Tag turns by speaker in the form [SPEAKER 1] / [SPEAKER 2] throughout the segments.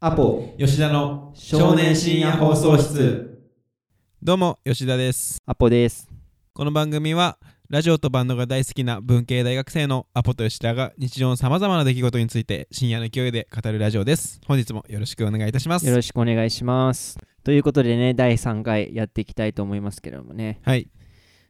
[SPEAKER 1] アポ
[SPEAKER 2] 吉田の少年深夜放送室どうも吉田です
[SPEAKER 1] アポです
[SPEAKER 2] この番組はラジオとバンドが大好きな文系大学生のアポと吉田が日常のさまざまな出来事について深夜の勢いで語るラジオです本日もよろしくお願いいたします
[SPEAKER 1] よろしくお願いしますということでね第3回やっていきたいと思いますけれどもね
[SPEAKER 2] はい、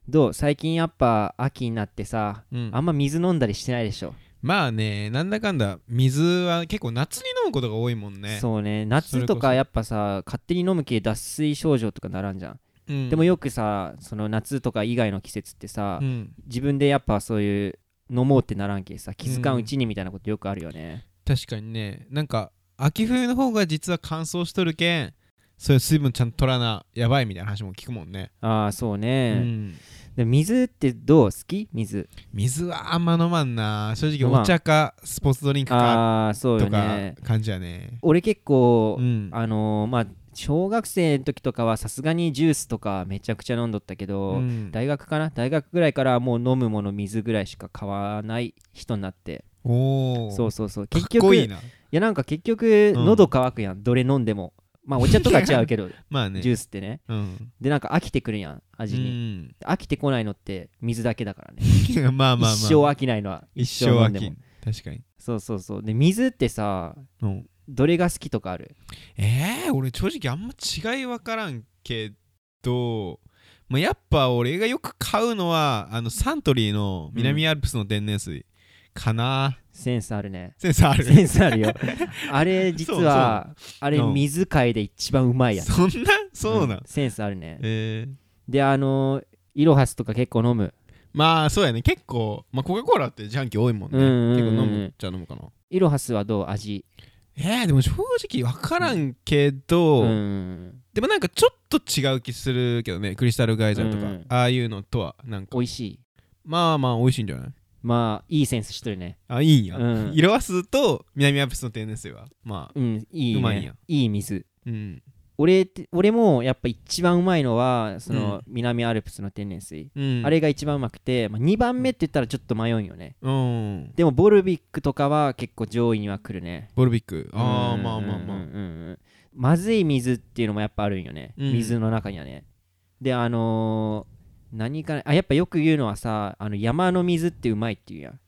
[SPEAKER 1] どう最近やっぱ秋になってさ
[SPEAKER 2] うん
[SPEAKER 1] あんま水飲んだりしてないでしょ、
[SPEAKER 2] まあねなんだかんだ水は結構夏に飲むことが多いもんね
[SPEAKER 1] そうね
[SPEAKER 2] それ
[SPEAKER 1] 夏
[SPEAKER 2] こそ
[SPEAKER 1] とかやっぱさ勝手に飲む系脱水症状とかならんじゃん、
[SPEAKER 2] う、ん、
[SPEAKER 1] でもよくさその夏とか以外の季節ってさ、
[SPEAKER 2] うん、
[SPEAKER 1] 自分でやっぱそういう飲もうってならんけさ気づかんうちにみたいなことよくあるよね、
[SPEAKER 2] 確かにねなんか秋冬の方が実は乾燥しとるけんそういう水分ちゃんと取らなやばいみたいな話も聞くもんね、
[SPEAKER 1] ああそう
[SPEAKER 2] う
[SPEAKER 1] ね、
[SPEAKER 2] ん、
[SPEAKER 1] で水ってどう好き水
[SPEAKER 2] 水はあんま飲まんな正直
[SPEAKER 1] 飲まん
[SPEAKER 2] お茶かスポーツドリンクか
[SPEAKER 1] ああーそうよ
[SPEAKER 2] とか
[SPEAKER 1] ね
[SPEAKER 2] 感じやね
[SPEAKER 1] 俺結構、
[SPEAKER 2] うん
[SPEAKER 1] あのーまあ小学生の時とかはさすがにジュースとかめちゃくちゃ飲んどったけど、
[SPEAKER 2] うん
[SPEAKER 1] 大学かな大学ぐらいからもう飲むもの水ぐらいしか買わない人になって
[SPEAKER 2] おお
[SPEAKER 1] そううそうそう
[SPEAKER 2] かっ
[SPEAKER 1] 結局
[SPEAKER 2] こいいな
[SPEAKER 1] やなんか結局
[SPEAKER 2] うん
[SPEAKER 1] 喉乾くやん、どれ飲んでもまあお茶とか違うけど、
[SPEAKER 2] まあ ね
[SPEAKER 1] ジュースってね
[SPEAKER 2] うん
[SPEAKER 1] でなんか飽きてくるやん味に、飽きてこないのって水だけだからね、
[SPEAKER 2] うん まあまあまあ
[SPEAKER 1] 一生飽きないのは
[SPEAKER 2] 一生
[SPEAKER 1] 飲ん
[SPEAKER 2] 飽
[SPEAKER 1] でも
[SPEAKER 2] き確かに、
[SPEAKER 1] そうそうそうで水ってさ
[SPEAKER 2] うん、
[SPEAKER 1] どれが好きとかある
[SPEAKER 2] えー、俺正直あんま違い分からんけど、まあ、やっぱ俺がよく買うのはあのサントリーの南アルプスの天然水かな、
[SPEAKER 1] センスあるね
[SPEAKER 2] センサーある
[SPEAKER 1] センスある よあれ実
[SPEAKER 2] そう
[SPEAKER 1] はあれ
[SPEAKER 2] うん
[SPEAKER 1] 水界で一番うまいやつ
[SPEAKER 2] そんなそうなん、
[SPEAKER 1] んセンスあるね
[SPEAKER 2] えー、
[SPEAKER 1] であのーイロハスとか結構飲む
[SPEAKER 2] まあそうやね結構、まあ、コカ・コーラってジャンキー多いもんね、
[SPEAKER 1] うんうんうんうん
[SPEAKER 2] 結構飲むっちゃ飲むかな
[SPEAKER 1] イロハスはどう味
[SPEAKER 2] えー、でも正直分からんけど、
[SPEAKER 1] うんうん
[SPEAKER 2] でもなんかちょっと違う気するけどねクリスタルガイザーとか、
[SPEAKER 1] うん
[SPEAKER 2] ああいうのとはなんか
[SPEAKER 1] 美味しい
[SPEAKER 2] まあまあ美味しいんじゃない
[SPEAKER 1] まあいいセンスしてるね
[SPEAKER 2] あいいんや、
[SPEAKER 1] うん
[SPEAKER 2] 色あすと南アルプスの天然水はまあ
[SPEAKER 1] うんいいね
[SPEAKER 2] うまいんや
[SPEAKER 1] いい水
[SPEAKER 2] うん
[SPEAKER 1] 俺って俺もやっぱ一番うまいのはその、
[SPEAKER 2] うん
[SPEAKER 1] 南アルプスの天然水、
[SPEAKER 2] うん
[SPEAKER 1] あれが一番うまくて、まあ、2番目って言ったらちょっと迷うんよね
[SPEAKER 2] うん
[SPEAKER 1] でもボルビックとかは結構上位には来るね
[SPEAKER 2] ボルビックああ
[SPEAKER 1] うん
[SPEAKER 2] まあまあ
[SPEAKER 1] うん
[SPEAKER 2] ま
[SPEAKER 1] うんうんまずい水っていうのもやっぱあるんよね、
[SPEAKER 2] うん
[SPEAKER 1] 水の中にはねであのー何かなあやっぱよく言うのはさあの山の水ってうまいっていうやん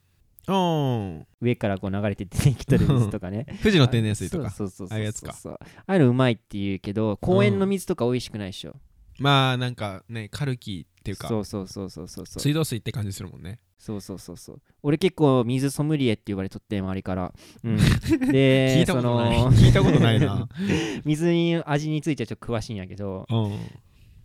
[SPEAKER 2] あうん
[SPEAKER 1] 上からこう流れて出てきてる水とかね
[SPEAKER 2] 富士の天然水とか
[SPEAKER 1] そうそうそうそうそう
[SPEAKER 2] ああいうやつか
[SPEAKER 1] ああいうのうまいっていうけど公園の水とか美味しくないでしょ、
[SPEAKER 2] まあなんかねカルキっていうか
[SPEAKER 1] そうそうそうそうそうそう
[SPEAKER 2] 水道水って感じするもんね
[SPEAKER 1] そうそうそうそう俺結構水ソムリエって言われとって周りから、 うん、で
[SPEAKER 2] 聞いたことない
[SPEAKER 1] その
[SPEAKER 2] 聞いたことない な
[SPEAKER 1] 水に味についてはちょっと詳しいんやけど
[SPEAKER 2] うん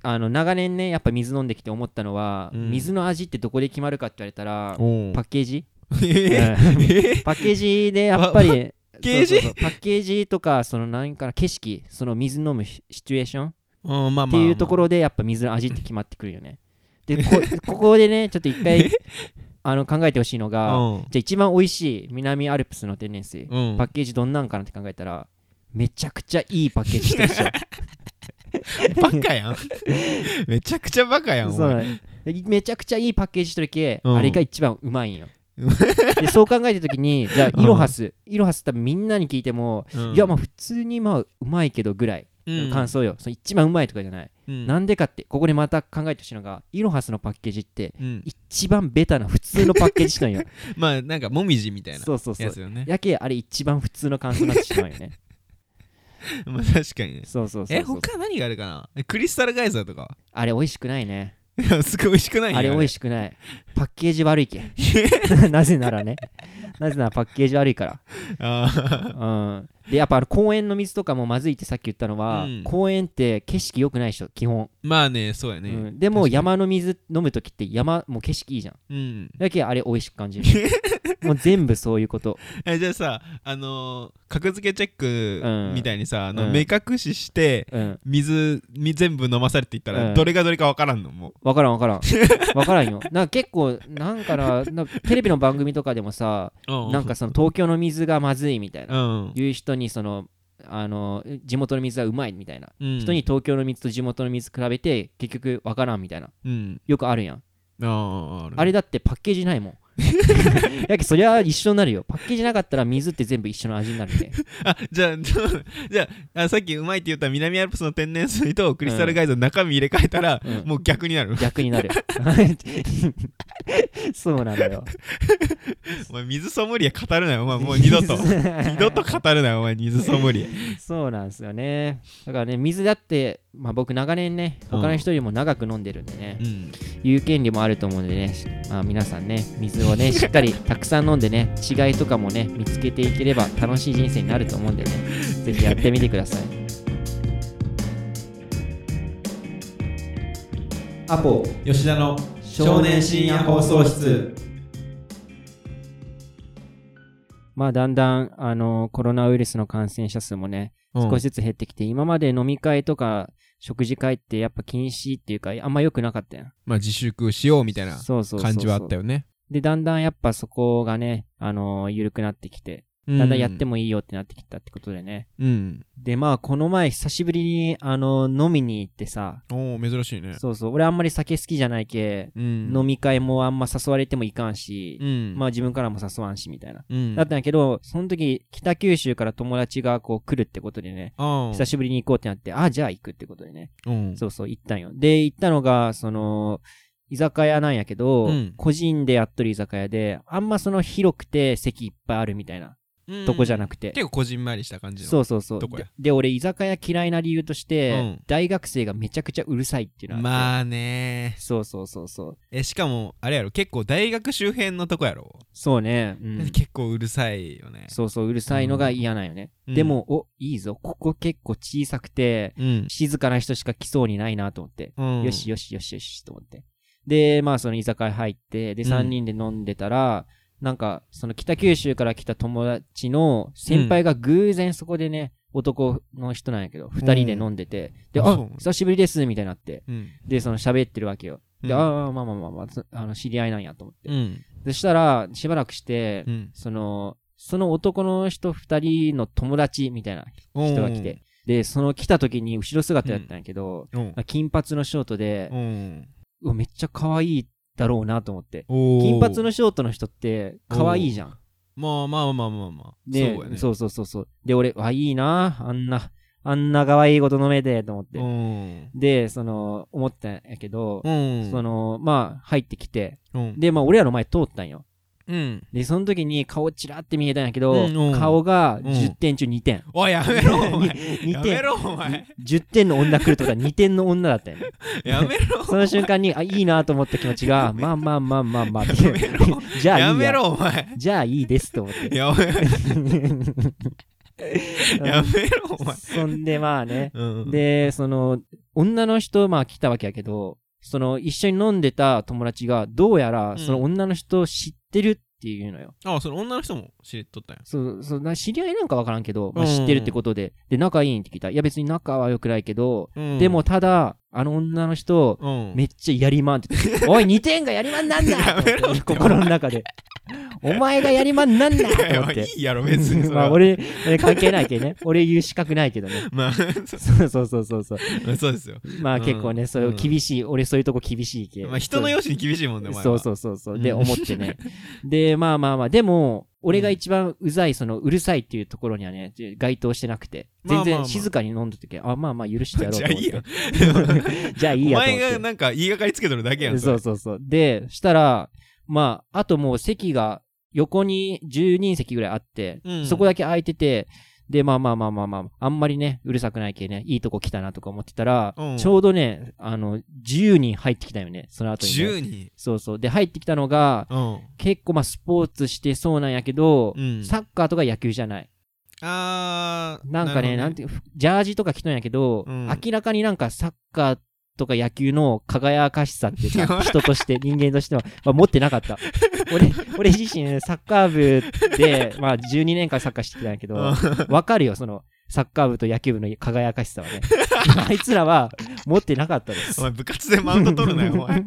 [SPEAKER 1] あの長年ねやっぱ水飲んできて思ったのは、
[SPEAKER 2] うん
[SPEAKER 1] 水の味ってどこで決まるかって言われたら
[SPEAKER 2] おう
[SPEAKER 1] パッケージ、
[SPEAKER 2] え
[SPEAKER 1] うん
[SPEAKER 2] え
[SPEAKER 1] パッケージでやっ ぱりパッ
[SPEAKER 2] ケージ
[SPEAKER 1] パッケージとかその何かな景色その水飲むシシチュエーションっ
[SPEAKER 2] うんまあまあ
[SPEAKER 1] ていうとこ
[SPEAKER 2] ろ
[SPEAKER 1] ろでやっぱ水の味って決まってくるよね でこここでねちょっと一回あの考えてほしいのが、
[SPEAKER 2] うん
[SPEAKER 1] じゃあ一番美味しい南アルプスの天然水、
[SPEAKER 2] うん
[SPEAKER 1] パッケージどんなんかなって考えたらめちゃくちゃいいパッケージしてるでしょ
[SPEAKER 2] バカやんめちゃくちゃバカやんお
[SPEAKER 1] そう
[SPEAKER 2] 前
[SPEAKER 1] なんでめちゃくちゃいいパッケージしてるけ、
[SPEAKER 2] うん
[SPEAKER 1] あれが一番うま いんよでそう考えた時にじゃあイロハス、イロハス多分みんなに聞いても、
[SPEAKER 2] うん
[SPEAKER 1] いやまあ普通にまあうまいけどぐらいの感想よ、その一番うまいとかじゃない、
[SPEAKER 2] うん
[SPEAKER 1] なんでかってここでまた考えてほしいのがイロハスのパッケージって
[SPEAKER 2] うん
[SPEAKER 1] 一番ベタな普通のパッケージした んよ
[SPEAKER 2] まあなんかもみじみたいな
[SPEAKER 1] そうそうそ
[SPEAKER 2] や
[SPEAKER 1] う
[SPEAKER 2] つよね
[SPEAKER 1] やけあれ一番普通の感想になってしまうよ ね
[SPEAKER 2] まあ確かにね
[SPEAKER 1] そうそうそうそう
[SPEAKER 2] え他何があるかなえクリスタルガイザーとかは
[SPEAKER 1] あれ美味しくないね
[SPEAKER 2] いやすごい美味しくない
[SPEAKER 1] あれ美味
[SPEAKER 2] し
[SPEAKER 1] しくないパッケージ悪いけ なぜならねなぜならパッケージ悪いから
[SPEAKER 2] いあ
[SPEAKER 1] うん、でやっぱあの公園の水とかもまずいってさっき言ったのは、
[SPEAKER 2] うん
[SPEAKER 1] 公園って景色良くないでしょ基本、
[SPEAKER 2] ーまあねそうやね
[SPEAKER 1] うん、でも山の水飲む時って山もう景色いいじゃん
[SPEAKER 2] うん
[SPEAKER 1] だけどあれ美味しく感 じるもう全部そういうこと
[SPEAKER 2] えじゃあさあのー格付けチェッ
[SPEAKER 1] うん
[SPEAKER 2] クみたいにさあの
[SPEAKER 1] うん
[SPEAKER 2] 目隠しして
[SPEAKER 1] うん
[SPEAKER 2] 水み全部飲まされていった
[SPEAKER 1] うん
[SPEAKER 2] らどれがどれか分からんのも
[SPEAKER 1] 分からん分からん 分からんよなんか結構なんかななんかテレビの番組とかでもさ
[SPEAKER 2] う
[SPEAKER 1] なんかその東京の水がまずいみたいな
[SPEAKER 2] うん
[SPEAKER 1] 言う人にそのあの地元の水はうまいみたいな
[SPEAKER 2] うん
[SPEAKER 1] 人に東京の水と地元の水比べて結局分からんみたいな
[SPEAKER 2] うん
[SPEAKER 1] よくあるやん
[SPEAKER 2] あーある
[SPEAKER 1] あれだってパッケージないもん やけそりゃ一緒になるよパッケージなかったら水って全部一緒の味になる ね
[SPEAKER 2] あじゃあじゃああさっきうまいって言った南アルプスの天然水とクリスタルガイズの中身入れ替えたら、
[SPEAKER 1] うん
[SPEAKER 2] もう逆になる
[SPEAKER 1] 逆になる そうなのよ
[SPEAKER 2] お前水ソムリエ語るなよお前もう二 度と二度と語るなよお前水ソムリエ
[SPEAKER 1] そうなんですよねだからね水だって、まあ、僕長年ね他の人よりも長く飲んでるんでね、
[SPEAKER 2] うん
[SPEAKER 1] 言う権利もあると思うんでね、まあ、皆さんね水を ねしっかりたくさん飲んでね違いとかもね見つけていければ楽しい人生になると思うんでねぜひやってみてくださいアポ
[SPEAKER 2] 吉田の
[SPEAKER 1] 少年
[SPEAKER 2] 深夜放送室
[SPEAKER 1] まあだんだんあのコロナウイルスの感染者数もね少しずつ減ってきて、今まで飲み会とか食事会ってやっぱ禁止っていうかあんま良くなかったやん
[SPEAKER 2] まあ自粛しようみたいな
[SPEAKER 1] そうそうそうそう
[SPEAKER 2] 感じはあったよね
[SPEAKER 1] でだんだんやっぱそこがねあの緩くなってきて
[SPEAKER 2] うん
[SPEAKER 1] だんだんやってもいいよってなってきたってことでね。
[SPEAKER 2] うん
[SPEAKER 1] で、まあ、この前、久しぶりに、あの、飲みに行ってさ、
[SPEAKER 2] おお珍しいね
[SPEAKER 1] そうそう、俺あんまり酒好きじゃないけ、
[SPEAKER 2] うん
[SPEAKER 1] 飲み会もあんま誘われてもいかんし
[SPEAKER 2] う、ん
[SPEAKER 1] まあ自分からも誘わんし、みたいな。
[SPEAKER 2] うん
[SPEAKER 1] だったんやけど、その時、北九州から友達がこう来るってことでね、
[SPEAKER 2] あ
[SPEAKER 1] 久しぶりに行こうってなって、あ、じゃあ行くってことでね、
[SPEAKER 2] ぶりうん
[SPEAKER 1] そうそう、行ったんよ。で、行ったのが、その、居酒屋なんやけど、
[SPEAKER 2] うん
[SPEAKER 1] 個人でやっとる居酒屋で、あんまその広くて席いっぱいあるみたいな
[SPEAKER 2] うん
[SPEAKER 1] とこじゃなくて、
[SPEAKER 2] 結構こじんまりした感じの
[SPEAKER 1] そうそうそう
[SPEAKER 2] どこや
[SPEAKER 1] でで俺居酒屋嫌いな理由として、
[SPEAKER 2] うん
[SPEAKER 1] 大学生がめちゃくちゃうるさいっていうのあって
[SPEAKER 2] まあね
[SPEAKER 1] そうそうそうそう
[SPEAKER 2] えしかもあれやろ結構大学周辺のとこやろ、
[SPEAKER 1] そうね、うん
[SPEAKER 2] 結構うるさいよね
[SPEAKER 1] そうそううるさいのが嫌なんよね、でもおいいぞここ結構小さくて
[SPEAKER 2] うん、
[SPEAKER 1] 静かな人しか来そうにないなと思って、
[SPEAKER 2] うん、
[SPEAKER 1] よしよしよしよしと思ってでまあその居酒屋入ってで
[SPEAKER 2] うん
[SPEAKER 1] 3人で飲んでたら、なんかその北九州から来た友達の先輩が偶然そこでね、男の人なんやけど2人で飲んでて、で
[SPEAKER 2] あ
[SPEAKER 1] あ
[SPEAKER 2] そう
[SPEAKER 1] 久しぶりですみたいになって
[SPEAKER 2] うん
[SPEAKER 1] で、その喋ってるわけよ。で、
[SPEAKER 2] うん
[SPEAKER 1] ああ、まあまあまあまあつ、あの知り合いなんやと思って。
[SPEAKER 2] うん
[SPEAKER 1] そしたら、しばらくして、
[SPEAKER 2] うん
[SPEAKER 1] その、その男の人二人の友達みたいな人が来て、で、その来た時に後ろ姿やったんやけど、
[SPEAKER 2] うん
[SPEAKER 1] 金髪のショートで
[SPEAKER 2] う、ん
[SPEAKER 1] うわめっちゃ可愛いだろうなと思って。
[SPEAKER 2] おー
[SPEAKER 1] 金髪のショートの人って可愛いじゃん。
[SPEAKER 2] まあまあまあまあまあ
[SPEAKER 1] ね
[SPEAKER 2] そうやね
[SPEAKER 1] そうそうそうそう。で、俺、わ、いいな、あんな、あんな可愛いことの目で、と思って。
[SPEAKER 2] うん
[SPEAKER 1] で、その、思ったんやけど、
[SPEAKER 2] うん
[SPEAKER 1] その、まあ、入ってきて、
[SPEAKER 2] うん
[SPEAKER 1] で、まあ、俺らの前通ったんよ。
[SPEAKER 2] うん
[SPEAKER 1] で、その時に顔ちらって見えたんやけど、
[SPEAKER 2] うんうん
[SPEAKER 1] 顔が
[SPEAKER 2] ん
[SPEAKER 1] 10点中2点。
[SPEAKER 2] おいやめろ お前
[SPEAKER 1] 2
[SPEAKER 2] やめ
[SPEAKER 1] 点。
[SPEAKER 2] ろお前
[SPEAKER 1] 10点の女来るとか2点の女だったよね。
[SPEAKER 2] やめろ
[SPEAKER 1] その瞬間に、あ、いいなと思った気持ちが、まあまあまあまあまあ、って じゃあいいや
[SPEAKER 2] やめろお前
[SPEAKER 1] じゃあいいですと思 って。
[SPEAKER 2] やめやめろお前
[SPEAKER 1] そんでまあね。
[SPEAKER 2] うん
[SPEAKER 1] で、その、女の人、まあ来たわけやけど、その一緒に飲んでた友達が、どうやら、その女の人を知ってるっていうのよ。
[SPEAKER 2] あその女の人も知っとったんや
[SPEAKER 1] そうそうな知り合いなんかわからんけど、まあ、
[SPEAKER 2] うん
[SPEAKER 1] 知ってるってことで、で仲いいんって聞いたいや別に仲は良くないけど、
[SPEAKER 2] うん
[SPEAKER 1] でもただあの女の人、
[SPEAKER 2] うん
[SPEAKER 1] めっちゃやりまんって言 っておい2点がやりまんなんだ
[SPEAKER 2] やめろって
[SPEAKER 1] 心の中でお前がやりまんなんだ
[SPEAKER 2] いやい
[SPEAKER 1] と
[SPEAKER 2] や
[SPEAKER 1] 思っ
[SPEAKER 2] い
[SPEAKER 1] て
[SPEAKER 2] いやろ別にそれ
[SPEAKER 1] まあ
[SPEAKER 2] は
[SPEAKER 1] 俺俺関係ないけどね俺言う資格ないけど ね
[SPEAKER 2] まあそ
[SPEAKER 1] そうそうそうそうそう
[SPEAKER 2] まあそうですよ
[SPEAKER 1] まあ
[SPEAKER 2] うん
[SPEAKER 1] 結構ね、そういう厳しい、俺そういうとこ厳しいけ
[SPEAKER 2] まあ人の容姿に厳しいもんねお前は
[SPEAKER 1] そうそうそうそう。で、
[SPEAKER 2] うん
[SPEAKER 1] 思ってね。で、まあまあまあ、でも、俺が一番うざい、その、うるさいっていうところにはね、該当してなくて、
[SPEAKER 2] まあま
[SPEAKER 1] 全
[SPEAKER 2] あまあ
[SPEAKER 1] 然静かに飲んだ時は、あ、まあまあ、許してやろう
[SPEAKER 2] じ
[SPEAKER 1] と
[SPEAKER 2] ゃあ
[SPEAKER 1] 思っ
[SPEAKER 2] いいや
[SPEAKER 1] て。 じゃあいいや
[SPEAKER 2] お
[SPEAKER 1] と思って。
[SPEAKER 2] 前がなんか言いがかりつけとるだけやん
[SPEAKER 1] そう
[SPEAKER 2] れ
[SPEAKER 1] そうそう。で、したら、まあ、あともう席が、横に10人席ぐらいあって、
[SPEAKER 2] うん
[SPEAKER 1] そこだけ空いてて、で、まあまあまあまあまあ、あんまりね、うるさくないけね、いいとこ来たなとか思ってたら、
[SPEAKER 2] うん
[SPEAKER 1] ちょうどね、あの、10人入ってきたよね、その後に、ね。
[SPEAKER 2] 10人
[SPEAKER 1] そうそう。で、入ってきたのが、
[SPEAKER 2] うん
[SPEAKER 1] 結構まあスポーツしてそうなんやけど、
[SPEAKER 2] うん
[SPEAKER 1] サッカーとか野球じゃない。
[SPEAKER 2] あー
[SPEAKER 1] なんかね、なんて
[SPEAKER 2] て
[SPEAKER 1] いう、ジャージとか着とんやけど、
[SPEAKER 2] うん
[SPEAKER 1] 明らかになんかサッカーとか野球の輝かしさっていう
[SPEAKER 2] やば
[SPEAKER 1] か、
[SPEAKER 2] い
[SPEAKER 1] 人として、人間としては、まあ、持ってなか った。俺、俺自身、サッカー部で、まあ12年間サッカーしてきたんやけど、わかるよ、その、サッカー部と野球部の輝かしさはね。 あいつらは持ってなかったです
[SPEAKER 2] お。前部活でマウント取るなよお 前終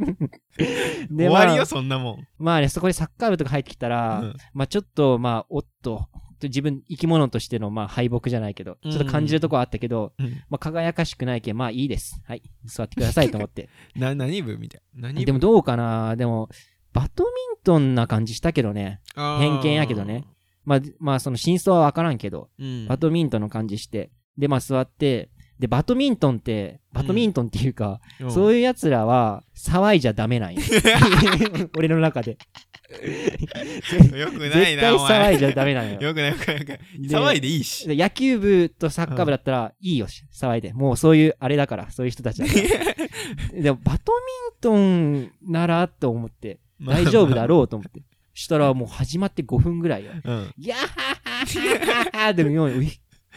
[SPEAKER 1] で
[SPEAKER 2] わり
[SPEAKER 1] ま
[SPEAKER 2] よ
[SPEAKER 1] あ、
[SPEAKER 2] そんなもん
[SPEAKER 1] まあね、そこでサッカー部とか入ってきたら、
[SPEAKER 2] うん
[SPEAKER 1] まあちょっと、まあ、おっと、自分、生き物としての、まあ、敗北じゃないけど、
[SPEAKER 2] うん
[SPEAKER 1] ちょっと感じるとこはあったけど、
[SPEAKER 2] うん
[SPEAKER 1] まあ、輝かしくないけん、まあ、 いいです。はい、座ってくださいと思って。
[SPEAKER 2] な何部みたいな何部
[SPEAKER 1] でも、どうかなでも、バドミントンな感じしたけどね。
[SPEAKER 2] あー
[SPEAKER 1] 偏見やけどね。まあ、まあ、その真相はわからんけど、
[SPEAKER 2] うん
[SPEAKER 1] バドミントンの感じして。で、まあ座って、で、バドミントンって、バドミントンっていうか、そういう奴らは騒いじゃダメ なんよ。俺の中で。
[SPEAKER 2] うんよくないな
[SPEAKER 1] 絶対
[SPEAKER 2] お前
[SPEAKER 1] 騒いじゃダメなんよ。
[SPEAKER 2] よくないよくないよくない
[SPEAKER 1] で
[SPEAKER 2] 騒いでいいし
[SPEAKER 1] で野球部とサッカー部だったらいいよ、騒いで。もうそういう、あれだから、そういう人たちだ から。でも、バドミントンならと思って、大丈夫だろうと思って。したらもう始まって5分ぐらいよ。
[SPEAKER 2] う、うん、
[SPEAKER 1] いやーはでも よ、うい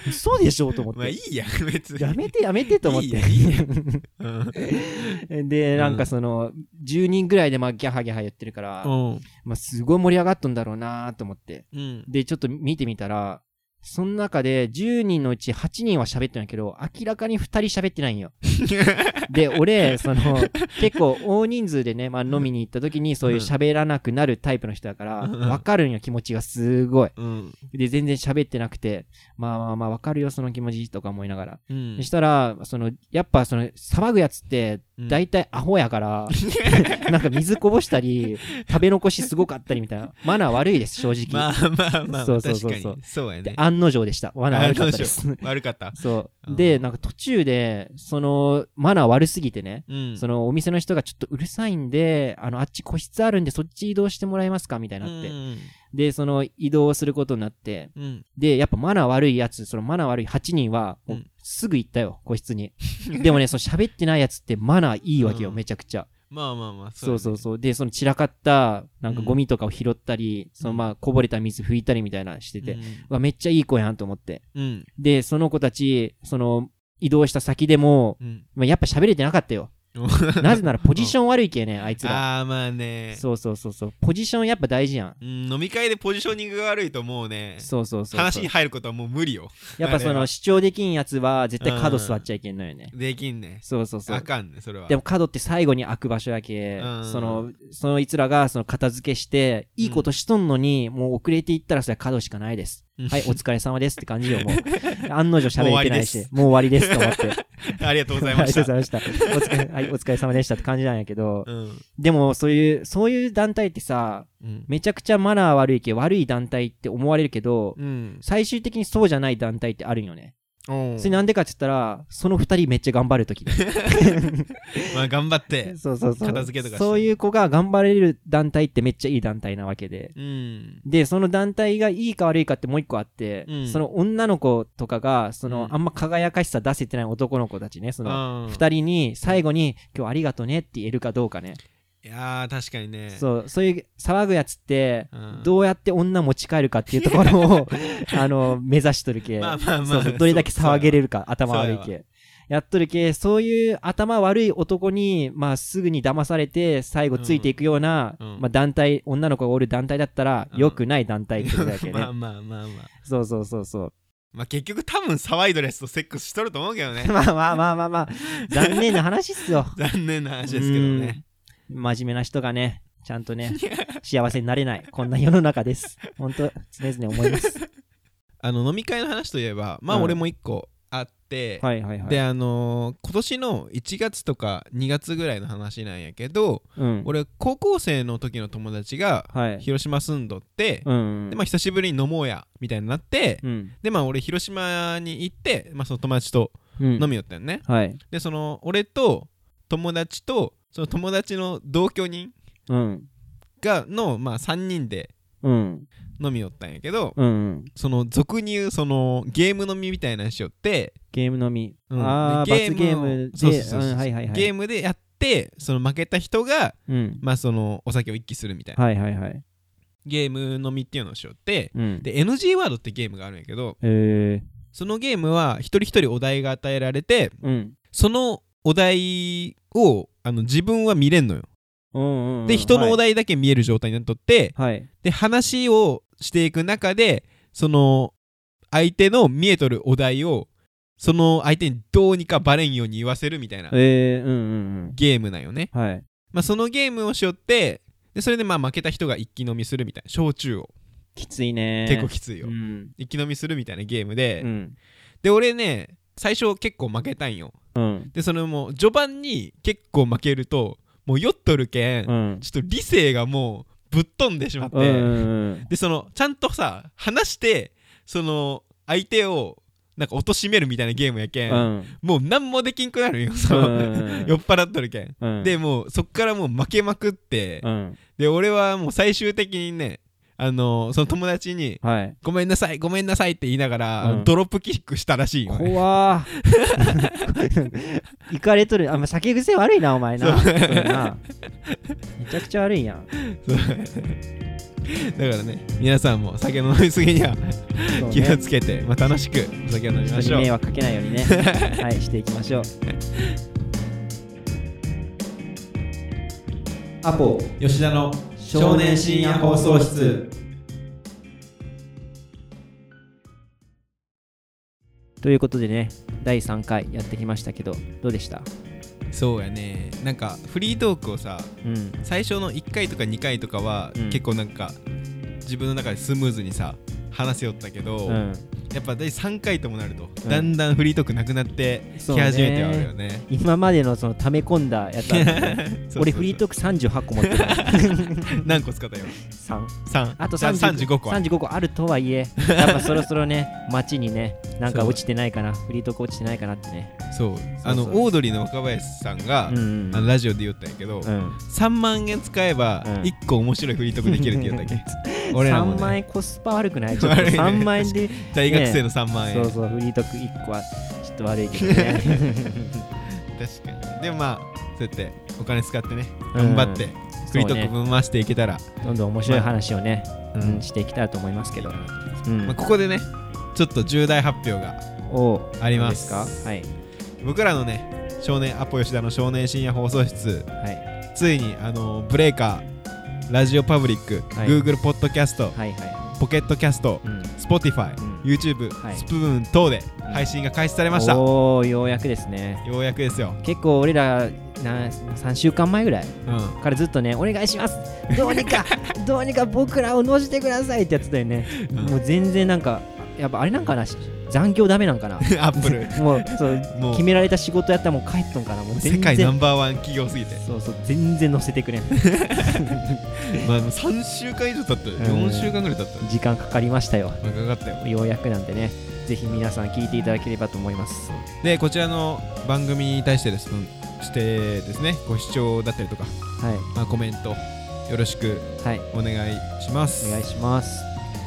[SPEAKER 1] 嘘でしょと思って。
[SPEAKER 2] まあいいや 別に
[SPEAKER 1] やめてやめてと思って。
[SPEAKER 2] いいねいいう ん
[SPEAKER 1] で、なんかその、10人ぐらいでまあギャハギャハ言ってるから、
[SPEAKER 2] うん
[SPEAKER 1] まあすごい盛り上がっとんだろうなーと思って。
[SPEAKER 2] うん
[SPEAKER 1] で、ちょっと見てみたら、その中で10人のうち8人は喋ってんやけど、明らかに2人喋ってないんよ。で、俺、その、結構大人数でね、まあ飲みに行った時にそういう喋らなくなるタイプの人だから、
[SPEAKER 2] うん
[SPEAKER 1] わかるんよ、気持ちがすごい。
[SPEAKER 2] うん
[SPEAKER 1] で、全然喋ってなくて、まあまあまあわかるよ、その気持ちとか思いながら。
[SPEAKER 2] うん
[SPEAKER 1] そしたら、その、やっぱその、騒ぐやつって、
[SPEAKER 2] うん
[SPEAKER 1] 大体アホや から、なんか水こぼしたり、食べ残しすごかったりみたいな。マナー悪いです、正直。
[SPEAKER 2] まあまあまあ
[SPEAKER 1] そう
[SPEAKER 2] 確
[SPEAKER 1] そうそう
[SPEAKER 2] か
[SPEAKER 1] そう
[SPEAKER 2] にそうや
[SPEAKER 1] で
[SPEAKER 2] ね
[SPEAKER 1] 案の定でした。マナー悪かったです。
[SPEAKER 2] 悪かった
[SPEAKER 1] そう。
[SPEAKER 2] う
[SPEAKER 1] で、
[SPEAKER 2] ん
[SPEAKER 1] なんか途中で、その、マナー悪すぎてね、
[SPEAKER 2] うん
[SPEAKER 1] そのお店の人がちょっとうるさいんで、あの、あっち個室あるんでそっち移動してもらえますかみたいになって。
[SPEAKER 2] うん
[SPEAKER 1] で、その移動することになって、
[SPEAKER 2] うん
[SPEAKER 1] で、やっぱマナー悪いやつ、そのマナー悪い8人は、もう
[SPEAKER 2] うん
[SPEAKER 1] すぐ行ったよ、個室に。で もね、その喋ってないやつってマナーいいわけよ、
[SPEAKER 2] うん
[SPEAKER 1] めちゃくちゃ。
[SPEAKER 2] まあまあまあ
[SPEAKER 1] そうそううそう。で、その散らかった、なんか
[SPEAKER 2] うん
[SPEAKER 1] ゴミとかを拾ったり、そのまあこぼれた水拭いたりみたいなのして
[SPEAKER 2] やね
[SPEAKER 1] て、うわ、めっちゃいい子やんと思って。
[SPEAKER 2] うん
[SPEAKER 1] で、その子たち、その、移動した先でも、
[SPEAKER 2] うん
[SPEAKER 1] まあ、やっぱ喋れてなかった よ。
[SPEAKER 2] うん
[SPEAKER 1] な ぜならポジション悪いけね、あいつら。
[SPEAKER 2] ああまあね
[SPEAKER 1] そうそうそうそう。ポジションやっぱ大事やん。
[SPEAKER 2] うん飲み会でポジショニングが悪いともうね
[SPEAKER 1] そうそうそうそう。
[SPEAKER 2] 話に入ることはもう無理よ
[SPEAKER 1] やっぱそ
[SPEAKER 2] あれ
[SPEAKER 1] の
[SPEAKER 2] は
[SPEAKER 1] 主張できんやつは絶対角座っちゃいけんのよね。
[SPEAKER 2] できんね
[SPEAKER 1] そうそうそう
[SPEAKER 2] あ。かんねそれは
[SPEAKER 1] でも角って最後に開く場所やけ、
[SPEAKER 2] うん
[SPEAKER 1] その、そのいつらがその片付けして、いいことしとんのに、もう遅れていったらそれは角しかないです。
[SPEAKER 2] うん
[SPEAKER 1] はい、お疲れ様ですって感じよ、も う。案の定喋れてないし、もう終わりですと思って。
[SPEAKER 2] ありがとうござい
[SPEAKER 1] は
[SPEAKER 2] ま
[SPEAKER 1] い、
[SPEAKER 2] し
[SPEAKER 1] そう
[SPEAKER 2] た
[SPEAKER 1] ございました。お疲れ、 はい、お疲れ様でしたって感じなんやけど、
[SPEAKER 2] うん
[SPEAKER 1] でもそういう、そういう団体ってさ、
[SPEAKER 2] うん
[SPEAKER 1] めちゃくちゃマナー悪いけ、悪い団体って思われるけど、
[SPEAKER 2] うん
[SPEAKER 1] 最終的にそうじゃない団体ってあるんよね。
[SPEAKER 2] うん
[SPEAKER 1] それなんでかって言ったら、その二人めっちゃ頑張るとき。
[SPEAKER 2] まあ頑張って
[SPEAKER 1] そうそうそう。
[SPEAKER 2] 片付けとかして
[SPEAKER 1] そういう子が頑張れる団体ってめっちゃいい団体なわけで。
[SPEAKER 2] うん
[SPEAKER 1] で、その団体がいいか悪いかってもう一個あって、
[SPEAKER 2] うん
[SPEAKER 1] その女の子とかが、その、
[SPEAKER 2] うん
[SPEAKER 1] あんま輝かしさ出せてない男の子たちね、その、
[SPEAKER 2] うん
[SPEAKER 1] 二人に最後に今日ありがとねって言えるかどうかね。
[SPEAKER 2] いやー確かにね
[SPEAKER 1] そう、そういう騒ぐやつって、
[SPEAKER 2] うん
[SPEAKER 1] どうやって女持ち帰るかっていうところを、あの、目指しとるけ。
[SPEAKER 2] まあまあまあ
[SPEAKER 1] そうそうどれだけ騒げれるか、頭
[SPEAKER 2] そう
[SPEAKER 1] 悪
[SPEAKER 2] や
[SPEAKER 1] い
[SPEAKER 2] わ
[SPEAKER 1] け。やっとるけ、そういう頭悪い男に、まあ、すぐに騙されて、最後ついていくような、
[SPEAKER 2] うんうん
[SPEAKER 1] まあ、団体、女の子がおる団体だったら、
[SPEAKER 2] うん
[SPEAKER 1] 良くない団体ってことだけね。
[SPEAKER 2] まあまあまあまあ
[SPEAKER 1] そうそうそうそう。
[SPEAKER 2] まあ結局多分騒いドレスとセックスしとると思うけど ね
[SPEAKER 1] まあまあまあまあまあ、残念な話っすよ。
[SPEAKER 2] 残念な話ですけどね
[SPEAKER 1] うん。真面目な人がね、ちゃんとね、幸せになれない、こんな世の中です。本当常々思います。
[SPEAKER 2] あの飲み会の話といえばまあ
[SPEAKER 1] うん
[SPEAKER 2] 俺も一個あって
[SPEAKER 1] はいはいはい。
[SPEAKER 2] であのー今年の1月とか2月ぐらいの話なんやけど
[SPEAKER 1] うん。
[SPEAKER 2] 俺高校生の時の友達が
[SPEAKER 1] はい。
[SPEAKER 2] 広島住んどって
[SPEAKER 1] うんうん。
[SPEAKER 2] でまあ久しぶりに飲もうやみたいになって
[SPEAKER 1] うん。
[SPEAKER 2] でまあ俺広島に行ってまあその友達と
[SPEAKER 1] うん。
[SPEAKER 2] 飲みよったよね
[SPEAKER 1] はい。
[SPEAKER 2] でその俺と友達とその友達の同居人
[SPEAKER 1] うん。
[SPEAKER 2] がのまあ3人で
[SPEAKER 1] うん。
[SPEAKER 2] 飲みよったんやけど
[SPEAKER 1] うんうん。
[SPEAKER 2] その俗に言うそのゲーム飲みみたいなしよって
[SPEAKER 1] ゲームのみ。
[SPEAKER 2] うん
[SPEAKER 1] ああ、罰
[SPEAKER 2] で
[SPEAKER 1] ゲーム
[SPEAKER 2] そう
[SPEAKER 1] で、
[SPEAKER 2] そうそうそう
[SPEAKER 1] うんはいはいはい。
[SPEAKER 2] ゲームでやってその負けた人が
[SPEAKER 1] うん。
[SPEAKER 2] まあそのお酒を一気するみたいな
[SPEAKER 1] はいはいはい。
[SPEAKER 2] ゲーム飲みっていうのをしよって
[SPEAKER 1] うん。
[SPEAKER 2] で NG ワードってゲームがあるんやけど
[SPEAKER 1] え
[SPEAKER 2] そのゲームは一人一人お題が与えられて
[SPEAKER 1] ー、うん。
[SPEAKER 2] そのお題をあの自分は見れんのよ
[SPEAKER 1] うんうんうん。
[SPEAKER 2] で人のお
[SPEAKER 1] 題。
[SPEAKER 2] 題だけ見える状態になっとって
[SPEAKER 1] はい。
[SPEAKER 2] で話をしていく中でその相手の見えとるお題をその相手にどうにかバレんように言わせるみたいな
[SPEAKER 1] えー、うんうん
[SPEAKER 2] ゲームなんよね、
[SPEAKER 1] うん。はい。
[SPEAKER 2] まあ、そのゲームをしよってでそれでまあ負けた人が一気飲みするみたいな焼酎を
[SPEAKER 1] きついね。
[SPEAKER 2] 結構きついよ、
[SPEAKER 1] うん。
[SPEAKER 2] 一気飲みするみたいなゲームで、
[SPEAKER 1] うん。
[SPEAKER 2] で俺ね最初結構負けたんよ
[SPEAKER 1] うん。
[SPEAKER 2] でそれも序盤に結構負けるともう酔っとるけん、
[SPEAKER 1] うん。
[SPEAKER 2] ちょっと理性がもうぶっ飛んでしまって、
[SPEAKER 1] うんうん
[SPEAKER 2] でそのちゃんとさ話してその相手をなんか貶めるみたいなゲー ムやけん、
[SPEAKER 1] うん。
[SPEAKER 2] もう何もできんくなるよ、
[SPEAKER 1] う
[SPEAKER 2] そ
[SPEAKER 1] ん
[SPEAKER 2] の
[SPEAKER 1] うん
[SPEAKER 2] 酔っ払っとるけん、
[SPEAKER 1] うん。
[SPEAKER 2] でもうそっからもう負けまくって、
[SPEAKER 1] うん。
[SPEAKER 2] で俺はもう最終的にねあのその友達に
[SPEAKER 1] はい。
[SPEAKER 2] 「ごめんなさいごめんなさい」って言いながら、
[SPEAKER 1] うん
[SPEAKER 2] ドロップキックしたらしいよ、ね、
[SPEAKER 1] 怖ー。行かれとる。あ、まあ、酒癖悪いな、お前な。
[SPEAKER 2] そう
[SPEAKER 1] そうやなめちゃくちゃ悪いやん。
[SPEAKER 2] そうだからね皆さんも酒の飲みすぎには
[SPEAKER 1] そう
[SPEAKER 2] 気を
[SPEAKER 1] ね
[SPEAKER 2] つけて、まあ、楽しくお酒を飲みまし
[SPEAKER 1] 人
[SPEAKER 2] ょ
[SPEAKER 1] に
[SPEAKER 2] う
[SPEAKER 1] 迷惑かけないようにね。はい、していきましょう。アポ
[SPEAKER 2] 吉田の少年深夜放送室
[SPEAKER 1] ということでね、第3回やってきましたけど、どうでした
[SPEAKER 2] そうやねなんかフリートークをさ
[SPEAKER 1] うん。
[SPEAKER 2] 最初の1回とか2回とかは、
[SPEAKER 1] うん
[SPEAKER 2] 結構なんか自分の中でスムーズにさ話せよったけど、
[SPEAKER 1] うん。
[SPEAKER 2] やっぱ第3回ともなると、
[SPEAKER 1] うん
[SPEAKER 2] だんだんフリートークなくなって
[SPEAKER 1] そう
[SPEAKER 2] き
[SPEAKER 1] ね
[SPEAKER 2] 始めてはあるよね
[SPEAKER 1] 今までのその溜め込んだやつあるよね
[SPEAKER 2] そうそうそう
[SPEAKER 1] 俺フリートーク38個持ってる
[SPEAKER 2] 何個使ったよ
[SPEAKER 1] 3
[SPEAKER 2] 3
[SPEAKER 1] あと
[SPEAKER 2] 35個ある
[SPEAKER 1] 35個あるとはいえやっぱそろそろね街にねなんか落ちてないかなフリートーク落ちてないかなってね
[SPEAKER 2] そうあの
[SPEAKER 1] そうそう
[SPEAKER 2] オードリーの若林さんが、
[SPEAKER 1] うんうん
[SPEAKER 2] あのラジオで言ったんやけど、
[SPEAKER 1] うん
[SPEAKER 2] 3万円使えば
[SPEAKER 1] うん
[SPEAKER 2] 1個面白いフリートークできるって言ったっけ、俺らも、
[SPEAKER 1] 3万
[SPEAKER 2] ね、
[SPEAKER 1] 円コスパ悪くないちょっと
[SPEAKER 2] 悪いね
[SPEAKER 1] 3万円で、
[SPEAKER 2] 大学生の3万円、
[SPEAKER 1] そうそうフリートーク1個はちょっと悪いけどね
[SPEAKER 2] 確かにでもまあそうやってお金使ってね頑張って、フリートーク分回していけたら、
[SPEAKER 1] どんどん面白い話をね、
[SPEAKER 2] う
[SPEAKER 1] うんん、していきたいと思いますけど、うん
[SPEAKER 2] まあ、ここでねちょっと重大発表が
[SPEAKER 1] お
[SPEAKER 2] あります
[SPEAKER 1] どうですかはい
[SPEAKER 2] 僕らのね少年アポ吉田の少年深夜放送室
[SPEAKER 1] はい
[SPEAKER 2] ついにあのブレーカーラジオパブリック、
[SPEAKER 1] はい
[SPEAKER 2] Google ポッドキャスト
[SPEAKER 1] はいは
[SPEAKER 2] ポケットキャスト
[SPEAKER 1] い、うん、
[SPEAKER 2] Spotify、
[SPEAKER 1] うん
[SPEAKER 2] YouTube、
[SPEAKER 1] はい
[SPEAKER 2] スプーン等で配信が開始されました、よ
[SPEAKER 1] おおようやくですね
[SPEAKER 2] うやくですよ、
[SPEAKER 1] 結構俺らな3週間前ぐらい
[SPEAKER 2] うん、
[SPEAKER 1] からずっとねお願いしますどうに かどうにか僕らを乗せてくださいってやつだよね、
[SPEAKER 2] うん
[SPEAKER 1] もう全然なんかやっぱあれなんかなし残業ダメなんか な
[SPEAKER 2] アップ ル
[SPEAKER 1] もうそう
[SPEAKER 2] もう
[SPEAKER 1] 決められた仕事やったらもう帰っとんかなもう全
[SPEAKER 2] 世
[SPEAKER 1] 然
[SPEAKER 2] 界ナンバーワン企業すぎて、
[SPEAKER 1] そうそう全然乗せてくれん
[SPEAKER 2] まあ、3週間以上経ったよ、
[SPEAKER 1] うん
[SPEAKER 2] 4週間ぐらい経ったよ
[SPEAKER 1] 時間かかりましたよ
[SPEAKER 2] まあかかったよ
[SPEAKER 1] ようやくなんでねぜひ皆さん聞いていただければと思います
[SPEAKER 2] でこちらの番組に対してですしてですねご視聴だったりとか、
[SPEAKER 1] は
[SPEAKER 2] まあ、コメントよろしく
[SPEAKER 1] いはい
[SPEAKER 2] お願いします
[SPEAKER 1] お願いします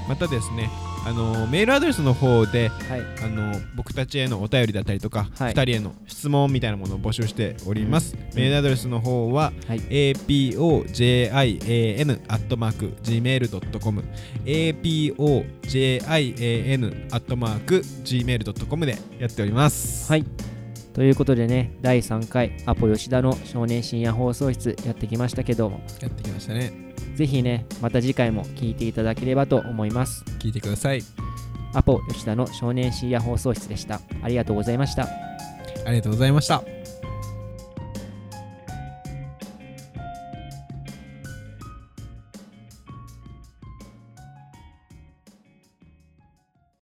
[SPEAKER 2] またですねあのメールアドレスの方で
[SPEAKER 1] はい
[SPEAKER 2] あの僕たちへのお便りだったりとか、
[SPEAKER 1] はい
[SPEAKER 2] 2人への質問みたいなものを募集しております、メールアドレスの方は、
[SPEAKER 1] はい
[SPEAKER 2] apojian.gmail.com apojian.gmail.com でやっております
[SPEAKER 1] はい。ということでね、第3回、アポ吉田の少年深夜放送室やってきましたけども、
[SPEAKER 2] やってきましたね
[SPEAKER 1] ぜひね、また次回も聞いていただければと思います。
[SPEAKER 2] 聞いてください
[SPEAKER 1] アポ吉田の少年深夜放送室でした。ありがとうございました。
[SPEAKER 2] ありがとうございました